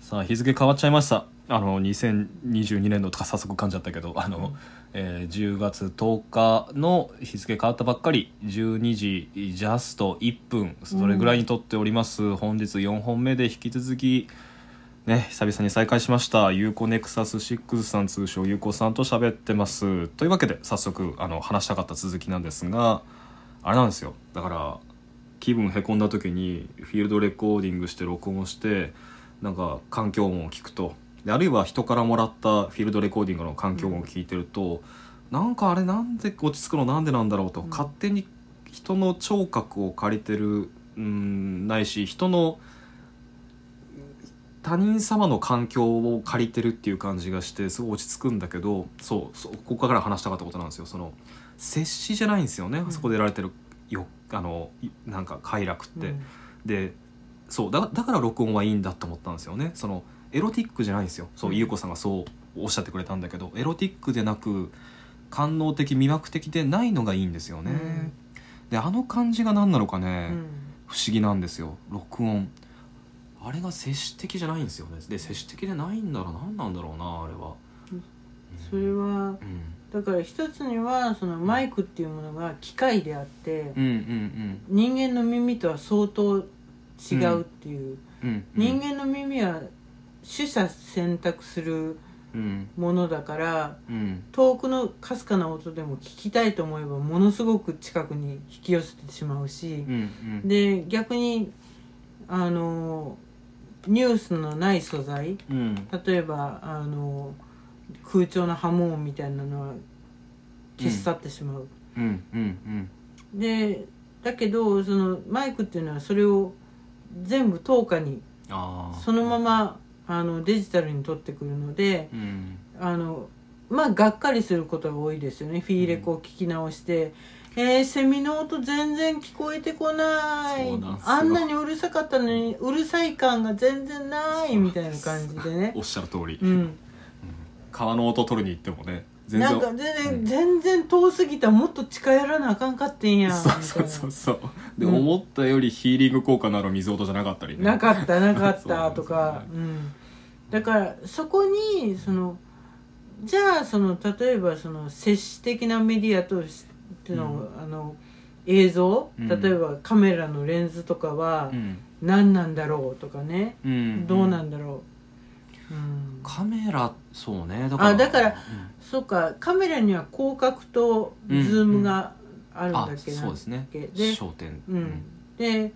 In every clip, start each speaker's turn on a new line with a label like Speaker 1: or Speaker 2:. Speaker 1: さあ日付変わっちゃいましたあの2022年のとか早速噛んじゃったけどあの、えー10月10日の日付変わったばっかり12時ジャスト1分それぐらいに撮っております、本日4本目で引き続きね久々に再開しました有効ネクサス6さん通称有効さんと喋ってますというわけで早速あの話したかった続きなんですがあれなんですよだから気分へこんだ時にフィールドレコーディングして録音してなんか環境音を聞くとであるいは人からもらったフィールドレコーディングの環境音を聞いてると、なんかあれなんで落ち着くのなんでなんだろうと、
Speaker 2: うん
Speaker 1: 勝手に人の聴覚を借りてるうんないし人の他人様の環境を借りてるっていう感じがしてすごい落ち着くんだけどそうそうここから話したかったことなんですよその接しじゃないんですよね、
Speaker 2: ん
Speaker 1: あそこで得られてるよあのいなんか快楽って。でそうだだから録音はいいんだと思ったんですよねそのエロティックじゃないんですよそううん優子さんがそうおっしゃってくれたんだけどエロティックでなく官能的魅惑的でないのがいいんですよね、
Speaker 2: うん
Speaker 1: であの感じが何なのか
Speaker 2: う
Speaker 1: ね、
Speaker 2: ん
Speaker 1: 不思議なんですよ録音あれが接種的じゃないんですよねで接種的でないんだら何なんだろうなあれは、
Speaker 2: うんそれは
Speaker 1: うん、
Speaker 2: だから一つにはそのマイクっていうものが機械であって
Speaker 1: うんうん
Speaker 2: 人間の耳とは相当違うっていう、
Speaker 1: うんうん
Speaker 2: 人間の耳は取捨選択する
Speaker 1: うん
Speaker 2: ものだから
Speaker 1: うん
Speaker 2: 遠くのかすかな音でも聞きたいと思えばものすごく近くに引き寄せてしまうし
Speaker 1: うんう、ん
Speaker 2: で逆にあのニュースのない素材
Speaker 1: うん
Speaker 2: 例えばあの空調の波紋みたいなのは消し去ってしまう、
Speaker 1: うんうん
Speaker 2: でだけどそのマイクっていうのはそれを全部透過に
Speaker 1: ああ
Speaker 2: そのままあのデジタルに取ってくるので
Speaker 1: うん
Speaker 2: あのまあがっかりすることが多いですよねフィーレコを聞き直して、えーセミの音全然聞こえてこない
Speaker 1: そうなんすよ
Speaker 2: あんなにうるさかったのにうるさい感が全然ないみたいな感じでね
Speaker 1: おっしゃる通り、
Speaker 2: うん
Speaker 1: 川の音取りに行ってもね全
Speaker 2: な
Speaker 1: 然
Speaker 2: んか全然、
Speaker 1: うん
Speaker 2: 全然遠すぎたもっと近寄らなあかんかってんやん
Speaker 1: そうそうそうそうで、
Speaker 2: うん
Speaker 1: 思ったよりヒーリング効果のある水音じゃなかったりね
Speaker 2: なかったなかっ
Speaker 1: そうなんです
Speaker 2: たと
Speaker 1: よ
Speaker 2: かうん、だからそこにそのじゃあその例えばその接視的なメディアとしての,、あの映像
Speaker 1: うん
Speaker 2: 例えばカメラのレンズとかは
Speaker 1: うん、
Speaker 2: 何なんだろうとかね、
Speaker 1: うん、
Speaker 2: どうなんだろう、うん、
Speaker 1: カメラそうねだ
Speaker 2: あだからそっかカメラには広角とズームがあ
Speaker 1: う
Speaker 2: る
Speaker 1: ん
Speaker 2: ん
Speaker 1: あ
Speaker 2: だっけな、
Speaker 1: そうですね
Speaker 2: で
Speaker 1: 焦点
Speaker 2: うん、で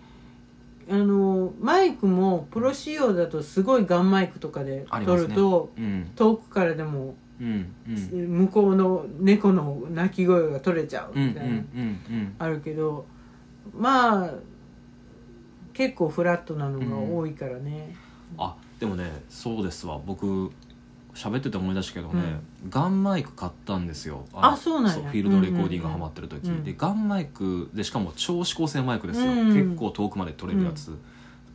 Speaker 2: あのマイクもプロ仕様だとすごいガンマイクとかで
Speaker 1: ありま
Speaker 2: 撮
Speaker 1: す
Speaker 2: る
Speaker 1: ね
Speaker 2: と、
Speaker 1: うん
Speaker 2: 遠くからでも
Speaker 1: うんうん
Speaker 2: 向こうの猫の鳴き声が取れちゃう
Speaker 1: うんうん
Speaker 2: みたい
Speaker 1: う
Speaker 2: な、
Speaker 1: ん
Speaker 2: あるけどまあ結構フラットなのが多いからね、
Speaker 1: あでもねそうですわ僕喋ってて思い出したけどね、ガンマイク買ったんですよの
Speaker 2: あそうなんや
Speaker 1: フィールドレコーディングハマってる時、
Speaker 2: うんうんうん
Speaker 1: でガンマイクでしかも超指向性マイクですよ、
Speaker 2: うん
Speaker 1: 結構遠くまで撮れるやつ、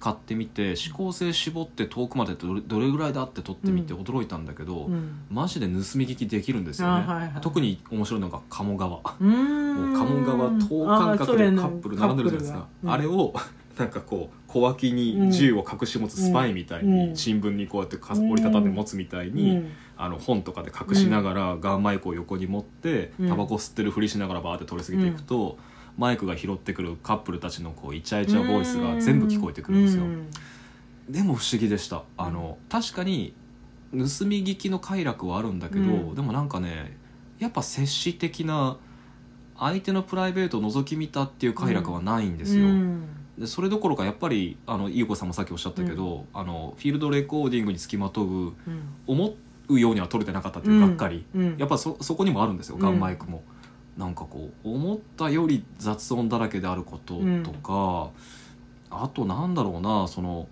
Speaker 1: 買ってみて指向性絞って遠くまでどれどれぐらいだって撮ってみて
Speaker 2: うん
Speaker 1: 驚いたんだけど、
Speaker 2: うん、
Speaker 1: マジで盗み聞きできるんですよね、
Speaker 2: あはいはい
Speaker 1: 特に面白いのが鴨川
Speaker 2: うーん
Speaker 1: もう鴨川等間隔でカップル並んでるじゃないですかあ,、れ
Speaker 2: を
Speaker 1: を なんかこう小脇に銃を隠し持つスパイみたいに、
Speaker 2: うん
Speaker 1: 新聞にこうやってか
Speaker 2: うん
Speaker 1: 折りたたんで持つみたいに、あの本とかで隠しながら、ガンマイクを横に持って
Speaker 2: うん
Speaker 1: タバコ吸ってるふりしながらバーって取り過ぎていくと、マイクが拾ってくるカップルたちのこうイチャイチャボイスが全部聞こえてくるんですよ。でも不思議でしたあの確かに盗み聞きの快楽はあるんだけど、
Speaker 2: うん
Speaker 1: でもなんかねやっぱ接し的な相手のプライベートを覗き見たっていう快楽はないんですよ、でそれどころかやっぱりあの優子さんもさっきおっしゃったけど、あのフィールドレコーディングにつきまとう思うようには撮れてなかったっていうがっかり、やっぱそそこにもあるんですよ
Speaker 2: うん
Speaker 1: ガンマイクも、なんかこう思ったより雑音だらけであることとか、あとなんだろうなその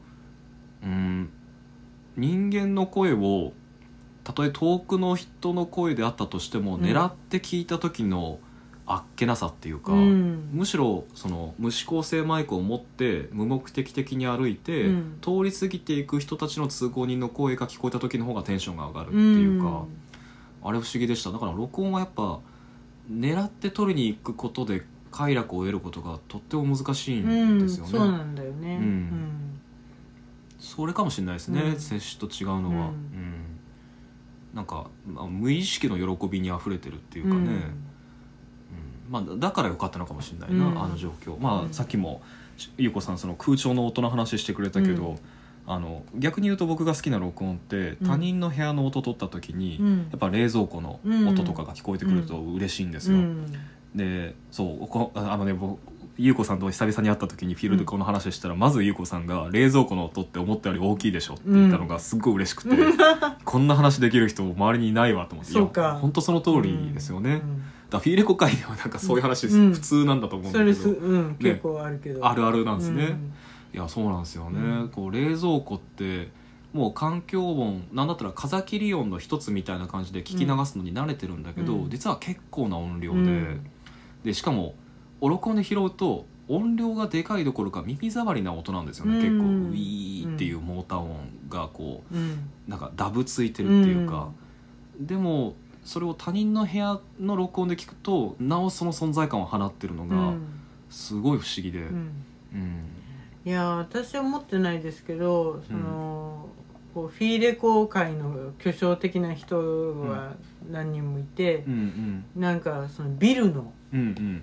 Speaker 1: うん人間の声をたとえ遠くの人の声であったとしても、
Speaker 2: うん
Speaker 1: 狙って聞いた時のあっけなさっていうか、
Speaker 2: うん
Speaker 1: むしろその無指向性マイクを持って無目的的に歩いて、
Speaker 2: うん
Speaker 1: 通り過ぎていく人たちの通行人の声が聞こえた時の方がテンションが上がるっていうか、あれ不思議でしただから録音はやっぱ狙って取りに行くことで快楽を得ることがとっても難しい
Speaker 2: うん
Speaker 1: んですよね、
Speaker 2: そうなんだよね
Speaker 1: うん
Speaker 2: うん
Speaker 1: それかもしれないですね、
Speaker 2: うん
Speaker 1: 接種と違うのは、
Speaker 2: うん
Speaker 1: うんなんか、まあ無意識の喜びにあふれてるっていうかね、うんまあ、だだから良かったのかもしれないな、
Speaker 2: うん
Speaker 1: あの状況、まあ
Speaker 2: うん
Speaker 1: さっきもしゆうこさんその空調の音の話してくれたけど、
Speaker 2: う
Speaker 1: あの逆に言うと僕が好きな録音って
Speaker 2: うん
Speaker 1: 他人の部屋の音取った時に、
Speaker 2: うん
Speaker 1: やっぱ冷蔵庫の音とかが聞こえてくると嬉しいんですよ。
Speaker 2: うん
Speaker 1: でそうこあのね僕ゆうこさんと久々に会った時にフィールドでこの話したら、まずゆうこさんが「冷蔵庫の音って思ったより大きいでしょ」って言ったのがすっごい嬉しくて、 こんな話できる人周りにいないわと思って
Speaker 2: そうか
Speaker 1: いや本当その通りですよね。だからフィーレコ界ではなんかそういう話
Speaker 2: うん
Speaker 1: 普通なんだと思
Speaker 2: う
Speaker 1: うん
Speaker 2: ん
Speaker 1: だ
Speaker 2: そ
Speaker 1: け
Speaker 2: れ
Speaker 1: ど、
Speaker 2: す、うん、結構あるけど、
Speaker 1: あるあるなんですね、
Speaker 2: うん
Speaker 1: いやそうなんですよね、
Speaker 2: うん
Speaker 1: こう冷蔵庫ってもう環境音なんだったら風切り音の一つみたいな感じで聞き流すのに慣れてるんだけど、
Speaker 2: うん
Speaker 1: 実は結構な音量で、
Speaker 2: うん
Speaker 1: でしかもお録音で拾うと音量がでかいどころか耳障りな音なんですよね、
Speaker 2: うん
Speaker 1: 結構ウィーっていうモーター音がこ
Speaker 2: うん
Speaker 1: うなんかダブついてるっていうか、でもそれを他人の部屋の録音で聞くとなおその存在感を放ってるの
Speaker 2: う
Speaker 1: が
Speaker 2: ん
Speaker 1: すごい不思議で、う
Speaker 2: うんん、いやー私は持ってないですけどその、こうフィーレコ界の巨匠的な人は何人もいて
Speaker 1: うんう、ん
Speaker 2: なんかそのビルの
Speaker 1: うんうん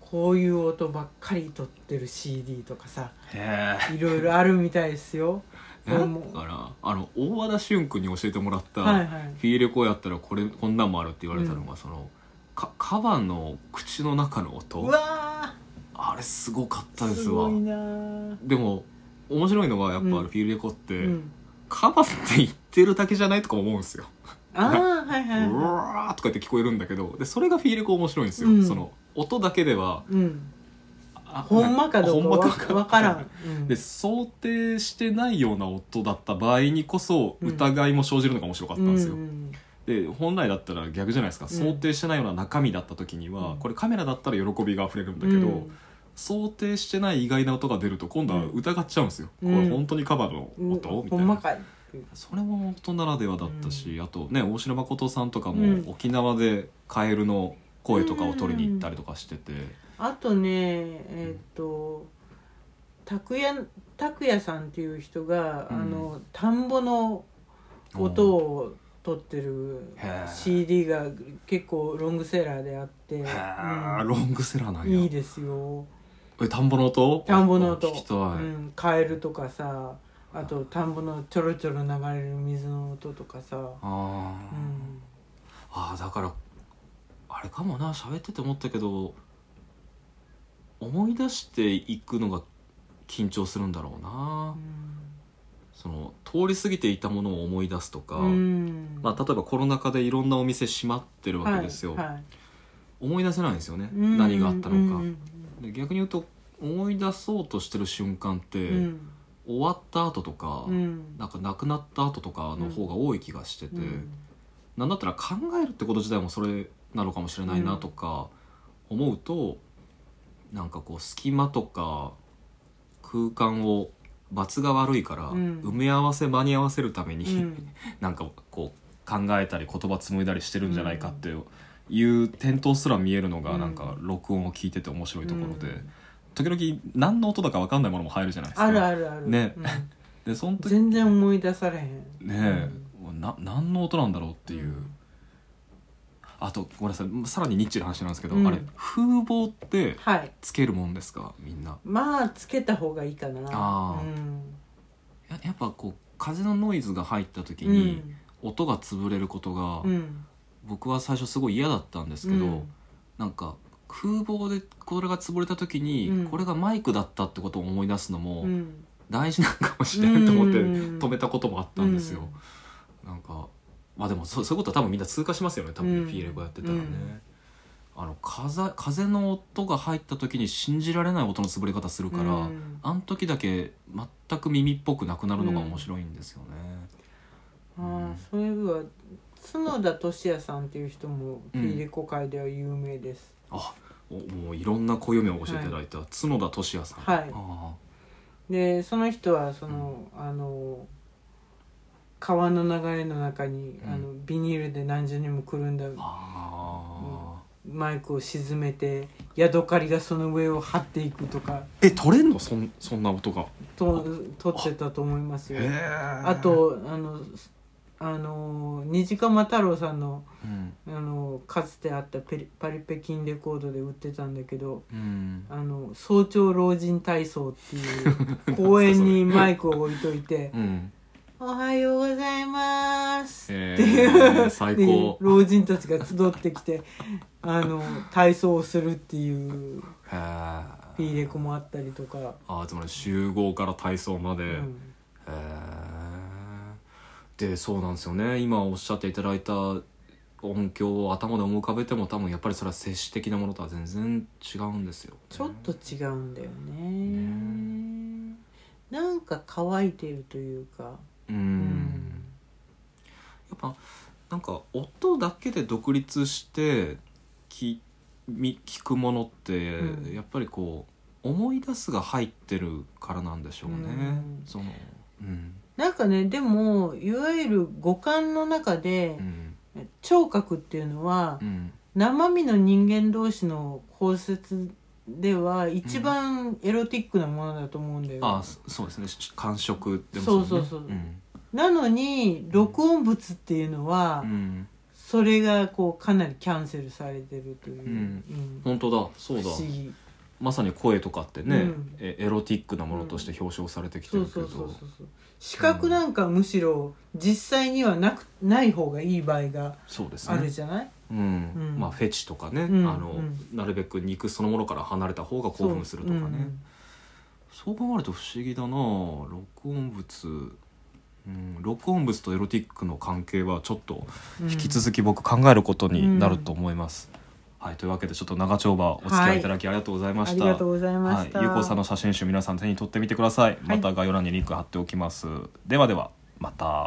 Speaker 2: こういう音ばっかり撮ってる CD とかさ
Speaker 1: へ
Speaker 2: いろいろあるみたいですよ
Speaker 1: えだ
Speaker 2: もう
Speaker 1: からあの大和田俊君に教えてもらった、
Speaker 2: はいはい
Speaker 1: フィーレコやったらこれこんなんもあるって言われたのが、そのかカバの口の中の
Speaker 2: う
Speaker 1: 音
Speaker 2: わ
Speaker 1: あれすごかった
Speaker 2: ー
Speaker 1: です
Speaker 2: す
Speaker 1: わ
Speaker 2: ごいなー
Speaker 1: でも面白いのはやっぱ
Speaker 2: うん
Speaker 1: フィーレコって、
Speaker 2: うん、
Speaker 1: カバって言ってるだけじゃないとか思うんですよ
Speaker 2: ああはいはいう
Speaker 1: わーとか言って聞こえるんだけどでそれがフィーレコ面白いんですよ、
Speaker 2: うん
Speaker 1: その音だけでは
Speaker 2: うん、
Speaker 1: あ
Speaker 2: ほんまかどうか
Speaker 1: ほんま
Speaker 2: わ
Speaker 1: か
Speaker 2: 分からん、うん、
Speaker 1: で想定してないような音だった場合にこそ
Speaker 2: うん
Speaker 1: 疑いも生じるのが面白かったんですよ、
Speaker 2: うん
Speaker 1: で本来だったら逆じゃないですか、想定してないような中身だった時には、
Speaker 2: うん
Speaker 1: これカメラだったら喜びが溢れるんだけど、想定してない意外な音が出ると今度は疑っちゃうんですよ、
Speaker 2: うん
Speaker 1: これ本当にカバの
Speaker 2: うん、
Speaker 1: 音、みた
Speaker 2: ほ
Speaker 1: い
Speaker 2: んま
Speaker 1: な
Speaker 2: かい
Speaker 1: それも音ならではだったし、あとね大城誠さんとか
Speaker 2: うん
Speaker 1: も沖縄でカエルの声とかを取りに行ったりとかしてて、
Speaker 2: あとねえっと拓也拓也さんっていう人が、
Speaker 1: うん
Speaker 2: あの田んぼの音を撮ってる
Speaker 1: へえ
Speaker 2: CD が結構ロングセラーであって、
Speaker 1: へ
Speaker 2: う
Speaker 1: ー
Speaker 2: ん
Speaker 1: ロングセラーなんや
Speaker 2: いいですよ
Speaker 1: え田んぼの音
Speaker 2: 田んぼの音
Speaker 1: 聞きたい、
Speaker 2: うん、カエルとかさあと田んぼのちょろちょろ流れる水の音とかさ、
Speaker 1: あ
Speaker 2: う
Speaker 1: ー、
Speaker 2: ん、
Speaker 1: あーだからあれかもな喋ってて思ったけど思い出していくのが緊張するんだろうな、その通り過ぎていたものを思い出すとか、
Speaker 2: うん
Speaker 1: まあ、例えばコロナ禍でいろんなお店閉まってるわけですよ、
Speaker 2: はいはい
Speaker 1: 思い出せないんですよね、
Speaker 2: うん
Speaker 1: 何があったのか、
Speaker 2: うん
Speaker 1: で逆に言うと思い出そうとしてる瞬間って、
Speaker 2: うん
Speaker 1: 終わった後とか、
Speaker 2: うん
Speaker 1: なんか亡くなった後とかの方が多い気がしてて、
Speaker 2: うん
Speaker 1: なんだったら考えるってこと自体もそれなのかもしれないなとか思うと、なんかこう隙間とか空間を罰が悪いから
Speaker 2: うん
Speaker 1: 埋め合わせ間に合わせるために、
Speaker 2: うん
Speaker 1: なんかこう考えたり言葉紡いだりしてるんじゃないかっていう点灯すら見えるの
Speaker 2: う
Speaker 1: が
Speaker 2: ん
Speaker 1: なんか録音を聞いてて面白いところで、
Speaker 2: うん
Speaker 1: 時々何の音だか分かんないものも入るじゃないですか。
Speaker 2: あるあるある、
Speaker 1: ね
Speaker 2: うん
Speaker 1: でその時
Speaker 2: 全然思い出されへん
Speaker 1: ねえ、な何の音なんだろうっていう、
Speaker 2: うん
Speaker 1: あとごめんなさいさらにニッチな話なんですけど、
Speaker 2: うん
Speaker 1: あれ風貌って
Speaker 2: はい
Speaker 1: つけるもんですかみんな
Speaker 2: まあつけた方がいいかな
Speaker 1: あー
Speaker 2: うん
Speaker 1: ややっぱこう風のノイズが入った時に音が潰れることが、
Speaker 2: うんうん
Speaker 1: 僕は最初すごい嫌だったんですけど、
Speaker 2: うん
Speaker 1: なんか空房でこれが潰れた時に、
Speaker 2: うん
Speaker 1: これがマイクだったってことを思い出すのも
Speaker 2: うん
Speaker 1: 大事なのかもしれないと思って
Speaker 2: うん
Speaker 1: 止めたこともあったんですよ、なんかまあでもそそういうことは多分みんな通過しますよね多分ね、
Speaker 2: うん
Speaker 1: フィーレコやってたらね、
Speaker 2: うん
Speaker 1: あの風風の音が入った時に信じられない音の潰れ方するから、
Speaker 2: うん
Speaker 1: あの時だけ全く耳っぽくなくなるのが面白いんですよね、
Speaker 2: あーそういえば角田俊也さんっていう人もフィーレコ界では有名です、
Speaker 1: あおもういろんな暦を教えていただいた、角田俊也さん、
Speaker 2: はい
Speaker 1: あ
Speaker 2: でその人はその、あの川の流れの中に、
Speaker 1: うん
Speaker 2: あのビニールで何十人もくるんだ
Speaker 1: ああ
Speaker 2: マイクを沈めてヤドカリがその上を張っていくとか
Speaker 1: え取れんのそんそんな音が
Speaker 2: と撮ってたと思いますよ
Speaker 1: へえ
Speaker 2: あ、とあのあの虹釜太郎さんの
Speaker 1: うん
Speaker 2: あのかつてあったペリパリペキンレコードで売ってたんだけど
Speaker 1: うん、
Speaker 2: あの早朝老人体操っていう公園にマイクを置いといて
Speaker 1: うん、
Speaker 2: 「おはようございます」
Speaker 1: え
Speaker 2: っていう、
Speaker 1: ー、最高
Speaker 2: で老人たちが集ってきてあの体操をするっていう
Speaker 1: へー
Speaker 2: P レコもあったりとか、
Speaker 1: あーつまり集合から体操まで、
Speaker 2: う
Speaker 1: へ
Speaker 2: ん
Speaker 1: えでそうなんですよね今おっしゃっていただいた音響を頭で思い浮かべても多分やっぱりそれは接種的なものとは全然違うんですよ、
Speaker 2: ちょっと違うんだよね
Speaker 1: ね
Speaker 2: なんか乾いてるというか、
Speaker 1: うん、
Speaker 2: うん
Speaker 1: やっぱなんか音だけで独立して聞み聞くものって、
Speaker 2: うん
Speaker 1: やっぱりこう思い出すが入ってるからなんでしょうね、
Speaker 2: うん
Speaker 1: そのうん
Speaker 2: なんかねでもいわゆる五感の中で
Speaker 1: うん
Speaker 2: 聴覚っていうのは
Speaker 1: うん
Speaker 2: 生身の人間同士の包摂では一番エロティックなものだと思うんだよ、
Speaker 1: あそそうですねし感触でも
Speaker 2: そうそうそう
Speaker 1: うん
Speaker 2: なのに録音物っていうのは、
Speaker 1: うん、
Speaker 2: それがこうかなりキャンセルされてるという、
Speaker 1: うん
Speaker 2: うん
Speaker 1: 本当だそうだ
Speaker 2: 不思議
Speaker 1: まさに声とかってね、
Speaker 2: うん
Speaker 1: えエロティックなものとして表彰されてきて
Speaker 2: そ
Speaker 1: る
Speaker 2: う
Speaker 1: けど、
Speaker 2: そうそうそうそう視覚なんかむしろ実際にはなくない方がいい場合が
Speaker 1: そうです
Speaker 2: ある
Speaker 1: ね、
Speaker 2: じゃない、
Speaker 1: うん
Speaker 2: うん
Speaker 1: まあフェチとかね、
Speaker 2: うん
Speaker 1: あの
Speaker 2: うん
Speaker 1: なるべく肉そのものから離れた方が興奮するとかね、そう考えると不思議だな録音物うん、録音物とエロティックの関係はちょっと
Speaker 2: うん
Speaker 1: 引き続き僕考えることになると思います。はいというわけでちょっと長丁場お付き合いいただきありがとうございま
Speaker 2: あ
Speaker 1: し
Speaker 2: り
Speaker 1: た。
Speaker 2: がとうございました、
Speaker 1: はい、ゆうこさんの写真集皆さん手に取ってみてください。また概要欄にリンク貼っておきます。ではではまた。